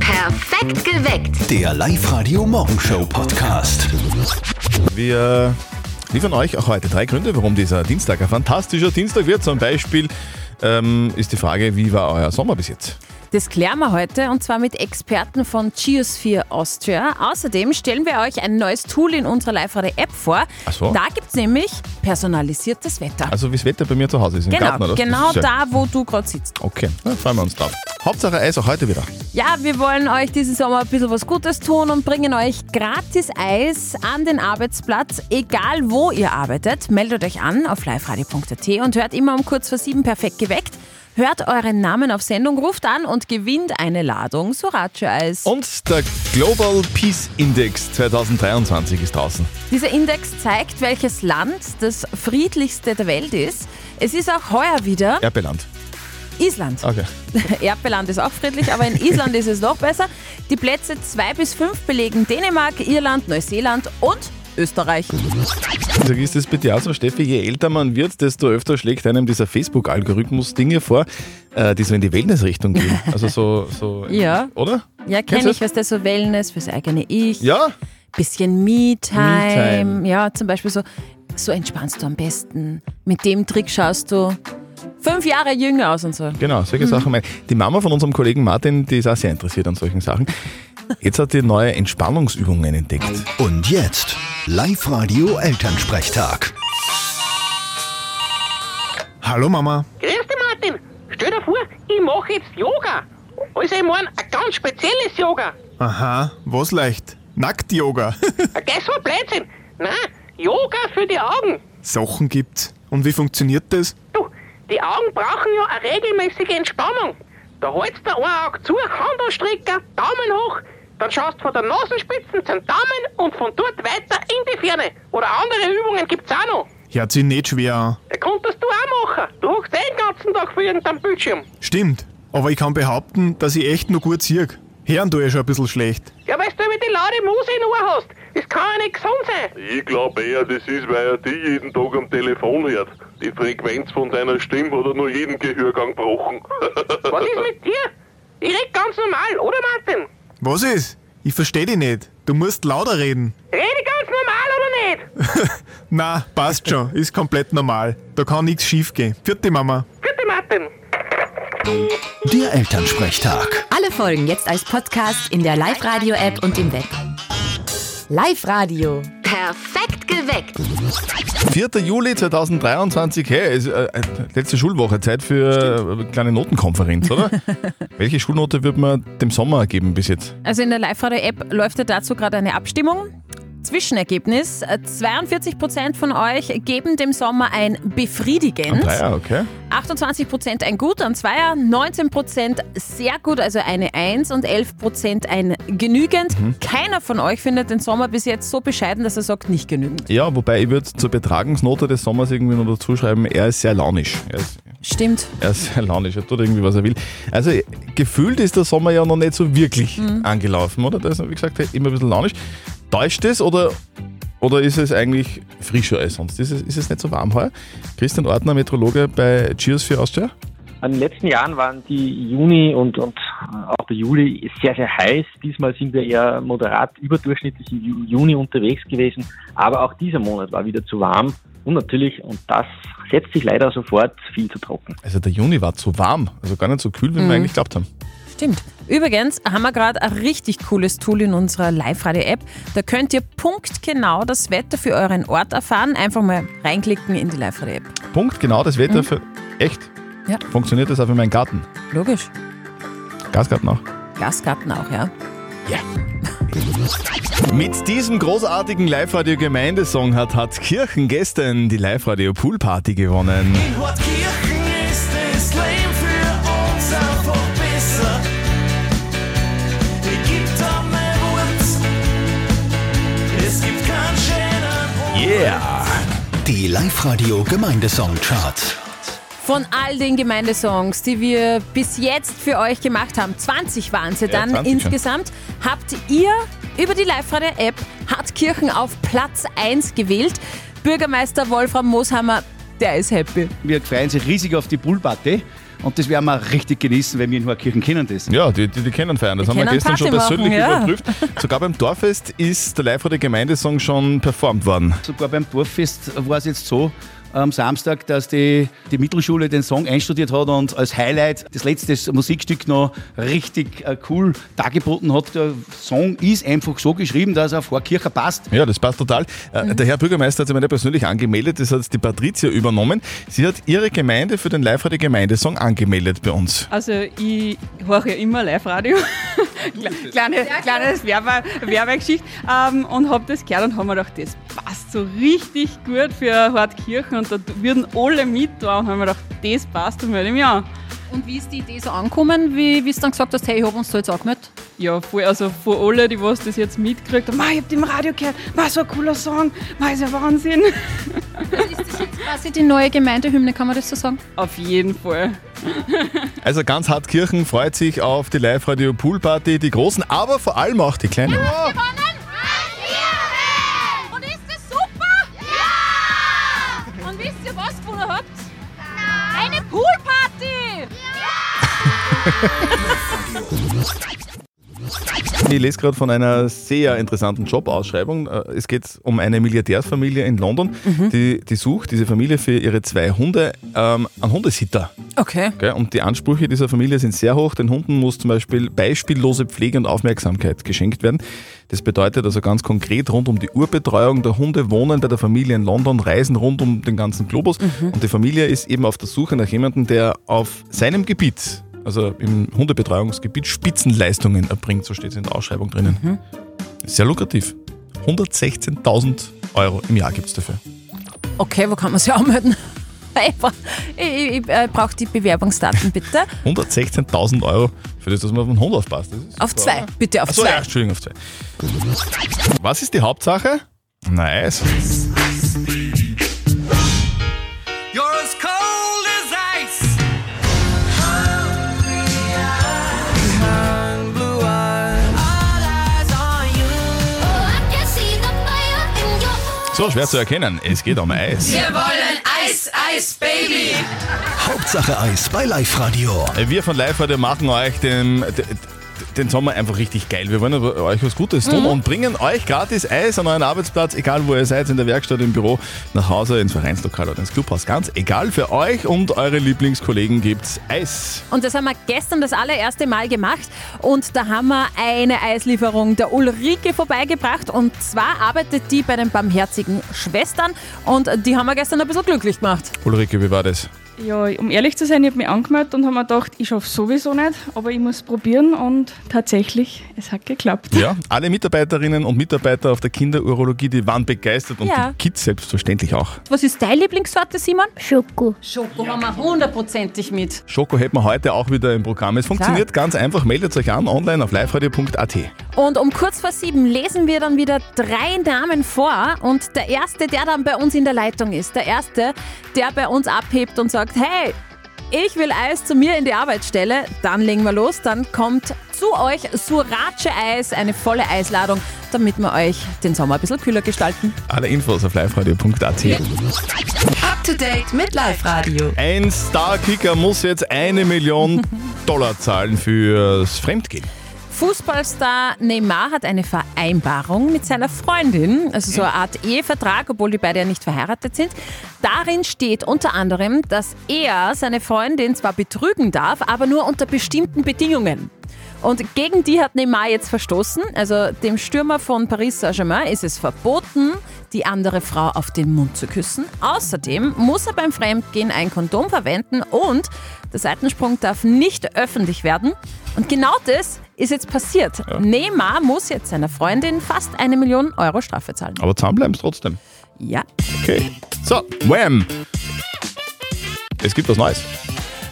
Perfekt geweckt. Der Live-Radio-Morgenshow-Podcast. Wir liefern euch auch heute drei Gründe, warum dieser Dienstag ein fantastischer Dienstag wird. Zum Beispiel ähm, ist die Frage, wie war euer Sommer bis jetzt? Das klären wir heute und zwar mit Experten von Geosphere Austria. Außerdem stellen wir euch ein neues Tool in unserer Live-Radio-App vor. Ach so. Da gibt es nämlich personalisiertes Wetter. Also wie das Wetter bei mir zu Hause ist, im Garten, genau, oder? genau Das ist ja- da, wo du gerade sitzt. Okay, da freuen wir uns drauf. Hauptsache Eis auch heute wieder. Ja, wir wollen euch diesen Sommer ein bisschen was Gutes tun und bringen euch gratis Eis an den Arbeitsplatz, egal wo ihr arbeitet. Meldet euch an auf liveradio.at und hört immer um kurz vor sieben perfekt geweckt. Hört euren Namen auf Sendung, ruft an und gewinnt eine Ladung Sorace-Eis. Und der Global Peace Index 2023 ist draußen. Dieser Index zeigt, welches Land das friedlichste der Welt ist. Es ist auch heuer wieder Erbeland. Island. Okay. Erdbeland ist auch friedlich, aber in Island ist es noch besser. Die Plätze 2 bis 5 belegen Dänemark, Irland, Neuseeland und Österreich. Sag, ist das bei dir auch so, Steffi? Je älter man wird, desto öfter schlägt einem dieser Facebook-Algorithmus Dinge vor, äh, die so in die Wellness-Richtung gehen. Also so, so Ja. oder? Ja, Kennst kenne du ich, was das so Wellness fürs eigene Ich. Ja, Bisschen Me-Time. Me-Time. ja, zum Beispiel so, so entspannst du am besten. Mit dem Trick schaust du fünf Jahre jünger aus und so. Genau, solche Sachen. meine ich. Die Mama von unserem Kollegen Martin, die ist auch sehr interessiert an solchen Sachen. Jetzt hat die neue Entspannungsübungen entdeckt. Und jetzt Live-Radio Elternsprechtag. Hallo Mama. Grüß dich, Martin. Stell dir vor, ich mache jetzt Yoga. Also, ich meine, ein ganz spezielles Yoga. Aha, was leicht? Nackt-Yoga. Geh so ein Blödsinn. Nein, Yoga für die Augen. Sachen gibt's. Und wie funktioniert das? Du, die Augen brauchen ja eine regelmäßige Entspannung. Da hältst du ein Auge zu, Hand anstrecken, Daumen hoch, dann schaust von der Nasenspitze zum Daumen und von dort weiter in die Ferne. Oder andere Übungen gibt's auch noch. Hört sich nicht schwer an. Da konntest du auch machen. Du hockst eh den ganzen Tag vor irgendeinem Bildschirm. Stimmt, aber ich kann behaupten, dass ich echt nur gut sieg. Hören tue ich schon ein bisschen schlecht. Ja, weißt du, wenn du die laute Muse in Ohr hast, das kann ja nicht gesund sein. Ich glaube eher, das ist, weil er die jeden Tag am Telefon hört. Die Frequenz von deiner Stimme hat er nur jeden Gehörgang gebrochen. Was ist mit dir? Ich red ganz normal, oder Martin? Was ist? Ich versteh dich nicht. Du musst lauter reden. Rede ganz normal oder nicht? Na, passt schon. Ist komplett normal. Da kann nichts schief gehen. Vierte Mama. Bitte, Martin. Der Elternsprechtag. Alle Folgen jetzt als Podcast in der Live-Radio-App und im Web. Live-Radio. Perfekt geweckt. 4. Juli 2023, hey, ist, äh, äh, letzte Schulwoche, Zeit für äh, kleine Notenkonferenz, oder? Welche Schulnote wird man dem Sommer geben bis jetzt? Also in der Live-Radio-App läuft ja dazu gerade eine Abstimmung. Zwischenergebnis: 42% von euch geben dem Sommer ein Ein befriedigend, Dreier, okay. 28% ein gut, ein Zweier, 19% sehr gut, also eine Eins und 11% ein genügend. Keiner von euch findet den Sommer bis jetzt so bescheiden, dass er sagt, nicht genügend. Ja, wobei ich würde zur Betragungsnote des Sommers irgendwie noch dazu schreiben, er ist sehr launisch. Er ist, Stimmt. er ist sehr launisch, er tut irgendwie, was er will. Also gefühlt ist der Sommer ja noch nicht so wirklich angelaufen, oder? Da ist, er, wie gesagt, immer ein bisschen launisch. Täuscht es oder, oder ist es eigentlich frischer als sonst? Ist es, ist es nicht so warm heuer? Christian Ortner, Meteorologe bei Cheers für Austria. In den letzten Jahren waren die Juni und, und auch der Juli sehr, sehr heiß. Diesmal sind wir eher moderat überdurchschnittlich im Ju- Juni unterwegs gewesen. Aber auch dieser Monat war wieder zu warm. Und natürlich, und das setzt sich leider sofort, viel zu trocken. Also der Juni war zu warm, also gar nicht so kühl, wie wir eigentlich geglaubt haben. Stimmt. Übrigens haben wir gerade ein richtig cooles Tool in unserer Live-Radio-App. Da könnt ihr punktgenau das Wetter für euren Ort erfahren. Einfach mal reinklicken in die Live-Radio-App. Punkt, genau das Wetter für. Echt? Ja. Funktioniert das auch für meinen Garten? Logisch. Gasgarten auch. Gasgarten auch, ja. Mit diesem großartigen Live-Radio-Gemeindesong hat Hartkirchen gestern die Live-Radio-Poolparty gewonnen. Yeah! Die Live-Radio Gemeindesong Charts. Von all den Gemeindesongs, die wir bis jetzt für euch gemacht haben, 20 waren sie dann 20 schon. insgesamt, habt ihr über die Live-Radio-App Hartkirchen auf Platz 1 gewählt. Bürgermeister Wolfram Moshammer, der ist happy. Wir freuen sich riesig auf die Poolparty Und das werden wir richtig genießen, weil wir in Hoherkirchen kennen das. Ja, die, die, die kennen feiern. Das Die haben wir kennen gestern schon Party persönlich machen, ja. überprüft. Sogar beim Dorffest ist der live der Gemeindesong schon performt worden. Sogar beim Dorffest war es jetzt so, am Samstag, dass die, die Mittelschule den Song einstudiert hat und als Highlight das letzte Musikstück noch richtig äh, cool dargeboten hat. Der Song ist einfach so geschrieben, dass er auf Hoherkircher passt. Ja, das passt total. Äh, Mhm. Der Herr Bürgermeister hat sich meine persönlich angemeldet, das hat die Patricia übernommen. Sie hat ihre Gemeinde für den live der Gemeindesong angemeldet bei uns. Also ich höre ja immer Live-Radio. Kleine, kleines Werbe Werbegeschichte. Ähm, und habe das gehört und habe mir gedacht, das passt so richtig gut für Hartkirchen. Und da würden alle mit da und haben mir gedacht, das passt und melde mich an. Und wie ist die Idee so angekommen, wie wie du dann gesagt hast, hey, ich habe uns da jetzt angemeldet? Ja, voll, also von alle, die was das jetzt mitgekriegt haben, "Ma, ich hab im Radio gehört, Ma, so ein cooler Song, Ma, ist ja Wahnsinn. Quasi die neue Gemeindehymne, kann man das so sagen? Auf jeden Fall. Also ganz Hartkirchen freut sich auf die Live-Radio Pool Party, die großen, aber vor allem auch die kleinen. Und ist das super? Ja! Und wisst ihr was, wo ihr habt? Eine Poolparty! Ich lese gerade von einer sehr interessanten Jobausschreibung. Äh, Es geht um eine Milliardärsfamilie in London, die, die sucht diese Familie für ihre zwei Hunde ähm, einen Hundesitter. Okay. Gell? Und die Ansprüche dieser Familie sind sehr hoch. Den Hunden muss zum Beispiel beispiellose Pflege und Aufmerksamkeit geschenkt werden. Das bedeutet also ganz konkret rund um die Urbetreuung der Hunde wohnen bei der Familie in London, reisen rund um den ganzen Globus. Und die Familie ist eben auf der Suche nach jemandem, der auf seinem Gebiet, also im Hundebetreuungsgebiet, Spitzenleistungen erbringt. So steht es in der Ausschreibung drinnen. Sehr lukrativ. 116.000 Euro im Jahr gibt es dafür. Okay, wo kann man sich anmelden? Ich, bra- ich, ich, ich äh, brauche die Bewerbungsdaten bitte. 116.000 Euro für das, dass man auf den Hund aufpasst. Das ist Auf zwei, bitte auf Achso, zwei. ja, Entschuldigung, auf zwei. Was ist die Hauptsache? Nice. You're as cold as ice. Behind blue eyes. All eyes on you. Oh, I can see the fire in your So schwer zu erkennen. Es geht um Eis. Wir wollen Eis, Eis, Baby. Hauptsache Eis bei Live Radio. Wir von Live Radio machen euch den, d- d- den Sommer einfach richtig geil. Wir wollen aber euch was Gutes tun Mhm. und bringen euch gratis Eis an euren Arbeitsplatz, egal wo ihr seid, in der Werkstatt, im Büro, nach Hause, ins Vereinslokal oder ins Clubhaus. Ganz egal für euch und eure Lieblingskollegen gibt's Eis. Und das haben wir gestern das allererste Mal gemacht. Und da haben wir eine Eislieferung der Ulrike vorbeigebracht. Und zwar arbeitet die bei den Barmherzigen Schwestern. Und die haben wir gestern ein bisschen glücklich gemacht. Ulrike, wie war das? Ja, um ehrlich zu sein, ich habe mich angemeldet und habe mir gedacht, ich schaffe sowieso nicht, aber ich muss probieren und tatsächlich, es hat geklappt. Ja, alle Mitarbeiterinnen und Mitarbeiter auf der Kinderurologie, die waren begeistert und Ja. die Kids selbstverständlich auch. Was ist deine Lieblingssorte, Simon? Schoko. Schoko haben wir hundertprozentig mit. Schoko hätten wir heute auch wieder im Programm. Es funktioniert ganz einfach. Meldet euch an online auf liveradio.at. Und um kurz vor sieben lesen wir dann wieder drei Namen vor. Und der erste, der dann bei uns in der Leitung ist, der erste, der bei uns abhebt und sagt, hey, ich will Eis zu mir in die Arbeitsstelle, dann legen wir los. Dann kommt zu euch Surace Eis, eine volle Eisladung, damit wir euch den Sommer ein bisschen kühler gestalten. Alle Infos auf liveradio.at. Up to date mit Live Radio. Ein Star-Kicker muss jetzt eine Million Dollar zahlen fürs Fremdgehen. Fußballstar Neymar hat eine Vereinbarung mit seiner Freundin, also so eine Art Ehevertrag, obwohl die beiden ja nicht verheiratet sind. Darin steht unter anderem, dass er seine Freundin zwar betrügen darf, aber nur unter bestimmten Bedingungen. Und gegen die hat Neymar jetzt verstoßen. Also dem Stürmer von Paris Saint-Germain ist es verboten, die andere Frau auf den Mund zu küssen. Außerdem muss er beim Fremdgehen ein Kondom verwenden und der Seitensprung darf nicht öffentlich werden. Und genau das ist jetzt passiert. Neymar muss jetzt seiner Freundin fast eine Million Euro Strafe zahlen. Aber zusammenbleiben sie trotzdem. Ja. Okay. So, wham! Es gibt was Neues.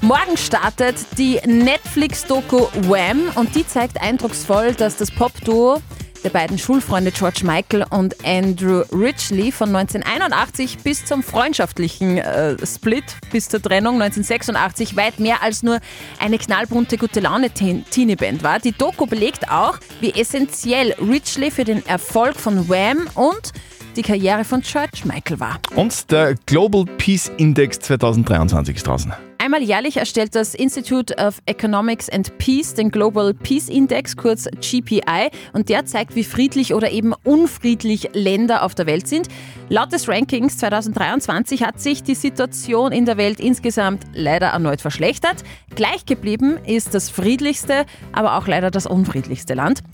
Morgen startet die Netflix-Doku Wham und die zeigt eindrucksvoll, dass das Pop-Duo der beiden Schulfreunde George Michael und Andrew Ridgely von 1981 bis zum freundschaftlichen äh, Split, bis zur Trennung 1986 weit mehr als nur eine knallbunte gute Laune Teen- Teenie-Band war. Die Doku belegt auch, wie essentiell Ridgely für den Erfolg von Wham und die Karriere von George Michael war. Und der Global Peace Index 2023 ist draußen. einmal jährlich erstellt das Institute of Economics and Peace den Global Peace Index, kurz GPI, und der zeigt, wie friedlich oder eben unfriedlich Länder auf der Welt sind. Laut des Rankings 2023 hat sich die Situation in der Welt insgesamt leider erneut verschlechtert. Gleich geblieben ist das friedlichste, aber auch leider das unfriedlichste Land.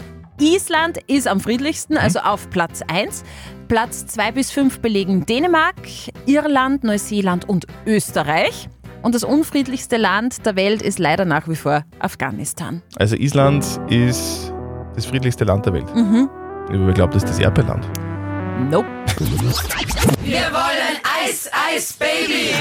Island ist am friedlichsten, also auf Platz 1. Platz 2 bis 5 belegen Dänemark, Irland, Neuseeland und Österreich. Und das unfriedlichste Land der Welt ist leider nach wie vor Afghanistan. Also Island ist das friedlichste Land der Welt. Mhm. Ich habe geglaubt, das ist das Erdbeerland. Nope. Wir wollen Eis, Eis, Baby.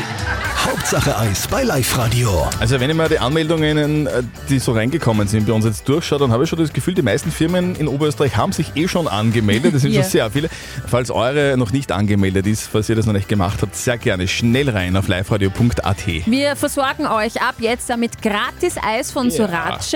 Hauptsache Eis bei Live Radio. Also wenn ich mal die Anmeldungen, äh, die so reingekommen sind, bei uns jetzt durchschaue, dann habe ich schon das Gefühl, die meisten Firmen in Oberösterreich haben sich eh schon angemeldet. Das sind Ja. schon sehr viele. Falls eure noch nicht angemeldet ist, falls ihr das noch nicht gemacht habt, sehr gerne schnell rein auf liveradio.at. Wir versorgen euch ab jetzt damit gratis Eis von Ja. Sorace.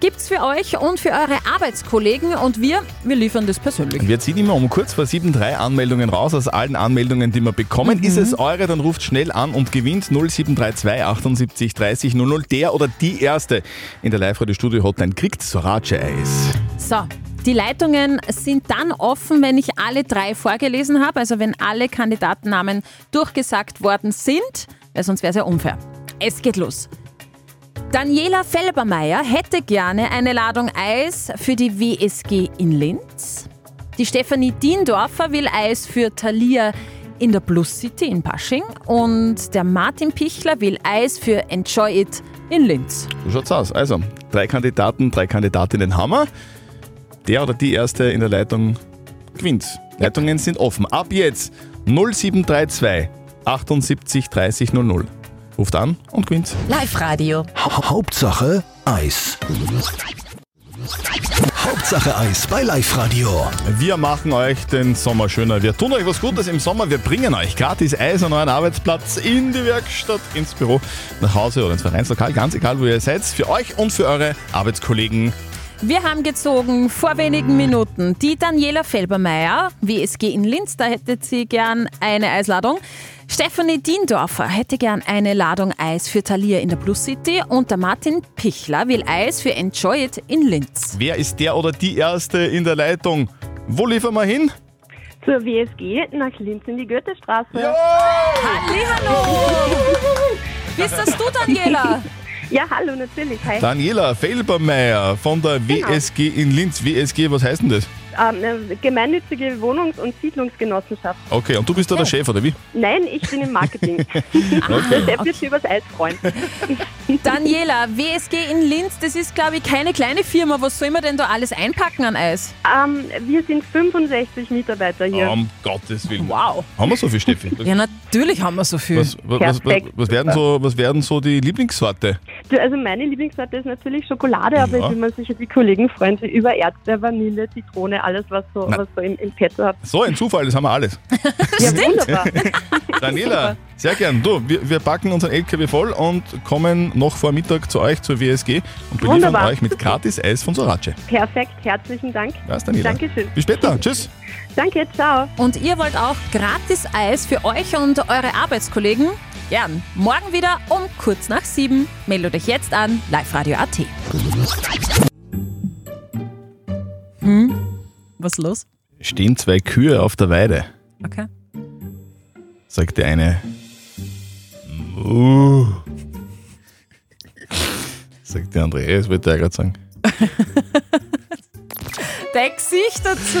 Gibt's für euch und für eure Arbeitskollegen und wir, wir liefern das persönlich. Wir ziehen immer um kurz vor sieben drei Anmeldungen raus. Aus allen Anmeldungen, die wir bekommen, ist es eure, dann ruft schnell an und gewinnt 0732 78 30 00. Der oder die Erste in der Live-Radio-Studio-Hotline kriegt Sorace-Eis. So, die Leitungen sind dann offen, wenn ich alle drei vorgelesen habe, also wenn alle Kandidatennamen durchgesagt worden sind, weil sonst wäre es ja unfair. Es geht los. Daniela Felbermeier hätte gerne eine Ladung Eis für die WSG in Linz. Die Stefanie Diendorfer will Eis für Thalia in der Plus City in Pasching. Und der Martin Pichler will Eis für Enjoy It in Linz. So schaut's aus. Also, drei Kandidaten, drei Kandidatinnen haben wir. Der oder die Erste in der Leitung gewinnt. Leitungen sind offen. Ab jetzt 0732 78 30 00. Ruft an und gewinnt. Live-Radio. Hauptsache Eis. Hauptsache Eis bei Live Radio. Wir machen euch den Sommer schöner. Wir tun euch was Gutes im Sommer. Wir bringen euch gratis Eis an euren Arbeitsplatz, in die Werkstatt, ins Büro, nach Hause oder ins Vereinslokal. Ganz egal, wo ihr seid. Für euch und für eure Arbeitskollegen. Wir haben gezogen vor wenigen Minuten die Daniela Felbermeier, WSG in Linz, da hätte sie gern eine Eisladung. Stefanie Diendorfer hätte gern eine Ladung Eis für Thalia in der Plus City und der Martin Pichler will Eis für Enjoy It in Linz. Wer ist der oder die Erste in der Leitung? Wo liefern wir hin? Zur WSG nach Linz in die Goethestraße. Hallihallo! Bist das du, Daniela? ja, hallo, natürlich. Hi. Daniela Felbermeier von der Genau. WSG in Linz. WSG, was heißt denn das? Ähm, äh, gemeinnützige Wohnungs- und Siedlungsgenossenschaft. Okay, und du bist da der Chef, oder wie? Nein, ich bin im Marketing. Okay. Ah, Der Chef wird sich übers Eis freuen. Daniela, WSG in Linz, das ist glaube ich keine kleine Firma. Was soll man denn da alles einpacken an Eis? Ähm, wir sind 65 Mitarbeiter hier. Um Gottes Willen. Wow. Haben wir so viel, Steffi? Ja, natürlich haben wir so viel. Was, was, was, was, Perfekt. was, werden, so, was werden so die Lieblingssorte? Du, Also meine Lieblingssorte ist natürlich Schokolade, aber Ja. ich bin mir sicher, die Kollegen freuen sich über Erdbeer, Vanille, Zitrone, alles, was so, Na. was so im, im Petto hat. So, ein Zufall, das haben wir alles. Ja, wunderbar. Daniela, sehr gern. Du, wir, wir packen unseren LKW voll und kommen noch vor Mittag zu euch zur WSG und beliefern Wunderbar. euch mit gratis Eis von Sorace. Perfekt, herzlichen Dank. Was, Daniela? Dankeschön. Bis später. Tschüss. Danke, ciao. Und ihr wollt auch gratis Eis für euch und eure Arbeitskollegen? Gern. Morgen wieder um kurz nach sieben. Melde dich jetzt an liveradio.at. Hm? Was ist los? Stehen zwei Kühe auf der Weide, Okay. sagt der eine. Muh. Sagt der andere, das wollte er gerade sagen. Dein Gesicht dazu.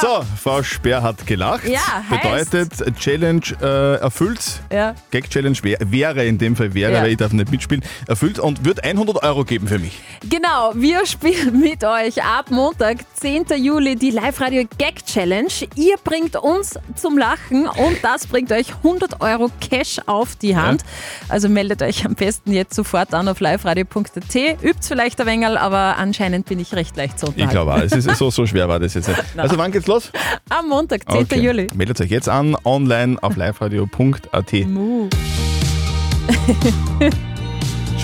So, Frau Speer hat gelacht. Ja, heißt- Bedeutet, Challenge äh, erfüllt. Ja. Gag-Challenge wär- wäre in dem Fall wäre, Ja. weil ich darf nicht mitspielen, erfüllt und wird 100 Euro geben für mich. Genau, wir spielen mit euch ab Montag, 10. Juli, die Live-Radio Gag Challenge. Ihr bringt uns zum Lachen und das bringt euch 100 Euro Cash auf die Hand. Also meldet euch am besten jetzt sofort an auf liveradio.at. Übt vielleicht ein wenig, aber anscheinend bin ich recht leicht zu Ich unterhalten. glaube auch, es ist so, so schwer war das jetzt nicht. Also wann geht's los? Am Montag, 10. Okay. Juli. Meldet euch jetzt an, online auf liveradio.at. Schon Mu.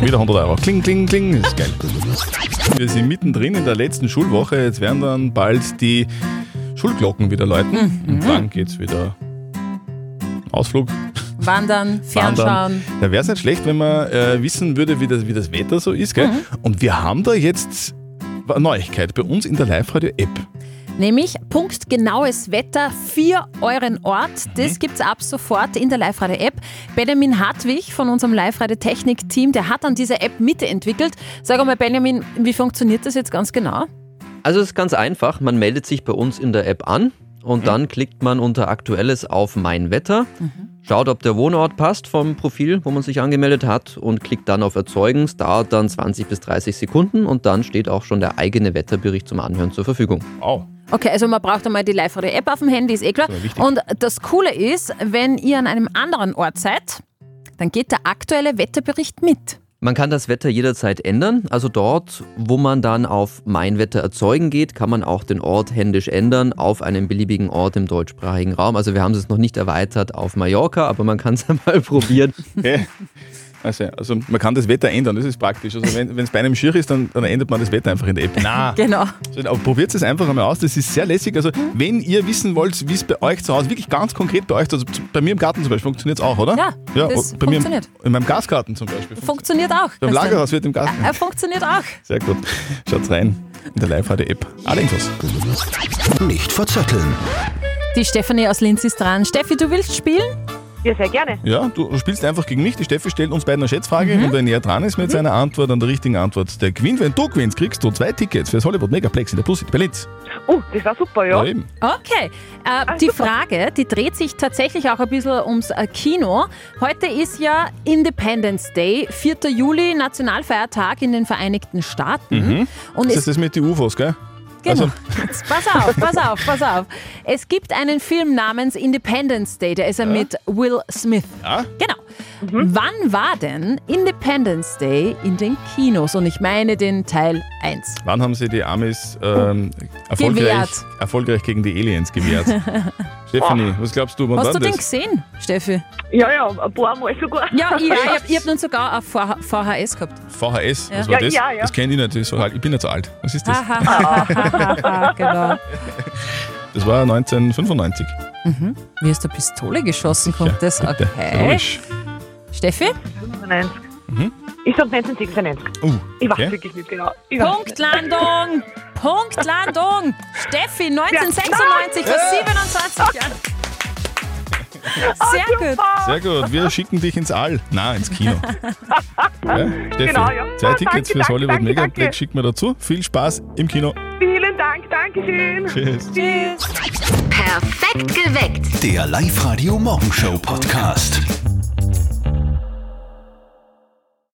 wieder 100 Euro. Kling, kling, kling. Das ist geil. Wir sind mittendrin in der letzten Schulwoche. Jetzt werden dann bald die Schulglocken wieder läuten. Und dann geht's wieder Ausflug. Wandern, Wandern. fernschauen. Da wäre es nicht schlecht, wenn man äh, wissen würde, wie das, wie das Wetter so ist. Gell? Und wir haben da jetzt eine Neuigkeit bei uns in der Live-Radio-App. Nämlich punktgenaues Wetter für euren Ort. Mhm. Das gibt's ab sofort in der Live-Radio-App. Benjamin Hartwig von unserem Live-Radio-Technik-Team, der hat an dieser App mitentwickelt. Sag mal, Benjamin, wie funktioniert das jetzt ganz genau? Also es ist ganz einfach, man meldet sich bei uns in der App an und dann klickt man unter Aktuelles auf Mein Wetter, schaut, ob der Wohnort passt vom Profil, wo man sich angemeldet hat und klickt dann auf Erzeugen. Es dauert dann 20 bis 30 Sekunden und dann steht auch schon der eigene Wetterbericht zum Anhören zur Verfügung. Wow. Okay, also man braucht einmal die Live-Radio-App auf dem Handy, ist eh klar. Das war wichtig. Und das Coole ist, wenn ihr an einem anderen Ort seid, dann geht der aktuelle Wetterbericht mit. Man kann das Wetter jederzeit ändern. Also dort, wo man dann auf Mein Wetter erzeugen geht, kann man auch den Ort händisch ändern auf einem beliebigen Ort im deutschsprachigen Raum. Also wir haben es noch nicht erweitert auf Mallorca, aber man kann es einmal probieren. Also, also man kann das Wetter ändern, das ist praktisch. Also wenn es bei einem schier ist, dann, dann ändert man das Wetter einfach in der App. Ah. Na, Genau. So, aber probiert es einfach einmal aus, das ist sehr lässig. Also wenn ihr wissen wollt, wie es bei euch zu Hause, wirklich ganz konkret bei euch, zu Hause, also bei mir im Garten zum Beispiel funktioniert es auch, oder? Ja, das o- bei mir im- funktioniert. in meinem Gasgarten zum Beispiel. Funktioniert auch. Beim Christian. Lagerhaus wird im Garten. Er funktioniert auch. Sehr gut. Schaut rein in der Live-Radio-App. Alle Infos. Nicht verzetteln. Die Stefanie aus Linz ist dran. Steffi, du willst spielen? Ja, sehr gerne. Ja, du spielst einfach gegen mich. Die Steffi stellt uns beiden eine Schätzfrage Mhm. und wenn er dran ist mit seiner Antwort an der richtigen Antwort, der gewinnt. Wenn du gewinnst, kriegst du zwei Tickets fürs Hollywood Megaplex in der Plus City Berlitz. Oh, das war super, ja. eben. Okay. Äh, die Frage, die dreht sich tatsächlich auch ein bisschen ums äh, Kino. Heute ist ja Independence Day, 4. Juli, Nationalfeiertag in den Vereinigten Staaten. Mhm. Und das es- ist das mit den UFOs, gell? Genau. Also, Jetzt pass auf, pass auf, pass auf. Es gibt einen Film namens Independence Day, der ist ja, mit Will Smith. Ja. Genau. Wann war denn Independence Day in den Kinos? Und ich meine den Teil 1. wann haben sie die Amis ähm, erfolgreich, Gewehrt. Ah. erfolgreich gegen die Aliens gewehrt? Stefanie, was glaubst du, wann Hast war du den das? gesehen, Steffi? Ja, ja, ein paar Mal sogar. Ja, ich, ich, hab- ich habe nun sogar auf VHS gehabt. VHS, was Ja. war Ah. Ja, das? ja, ja. Das kenne ich nicht, das ist so alt. ich bin ja zu alt. Was ist das? Ha, ha, ha, ha, ha, ha, genau. Das war 1995. Mhm. Wie aus der Pistole geschossen kommt das? Okay. Logisch. Steffi? 95. Mhm. Ich sag 1996. Uh, Ich weiß okay. wirklich nicht genau. Ich weiß nicht. Punktlandung! Punktlandung! Steffi, 1996 vor Äh. Ja. 27 Jahren. Ah, Sehr gut. Sehr gut, wir schicken dich ins All. Nein, ins Kino. Ja, Steffi, Genau, ja. zwei Ah, Tickets danke, fürs danke, Hollywood danke, Megaplex danke. schicken wir dazu. Viel Spaß im Kino. Vielen Dank, Dankeschön. Tschüss. Tschüss. Perfekt geweckt. Der Live-Radio Morgenshow Podcast.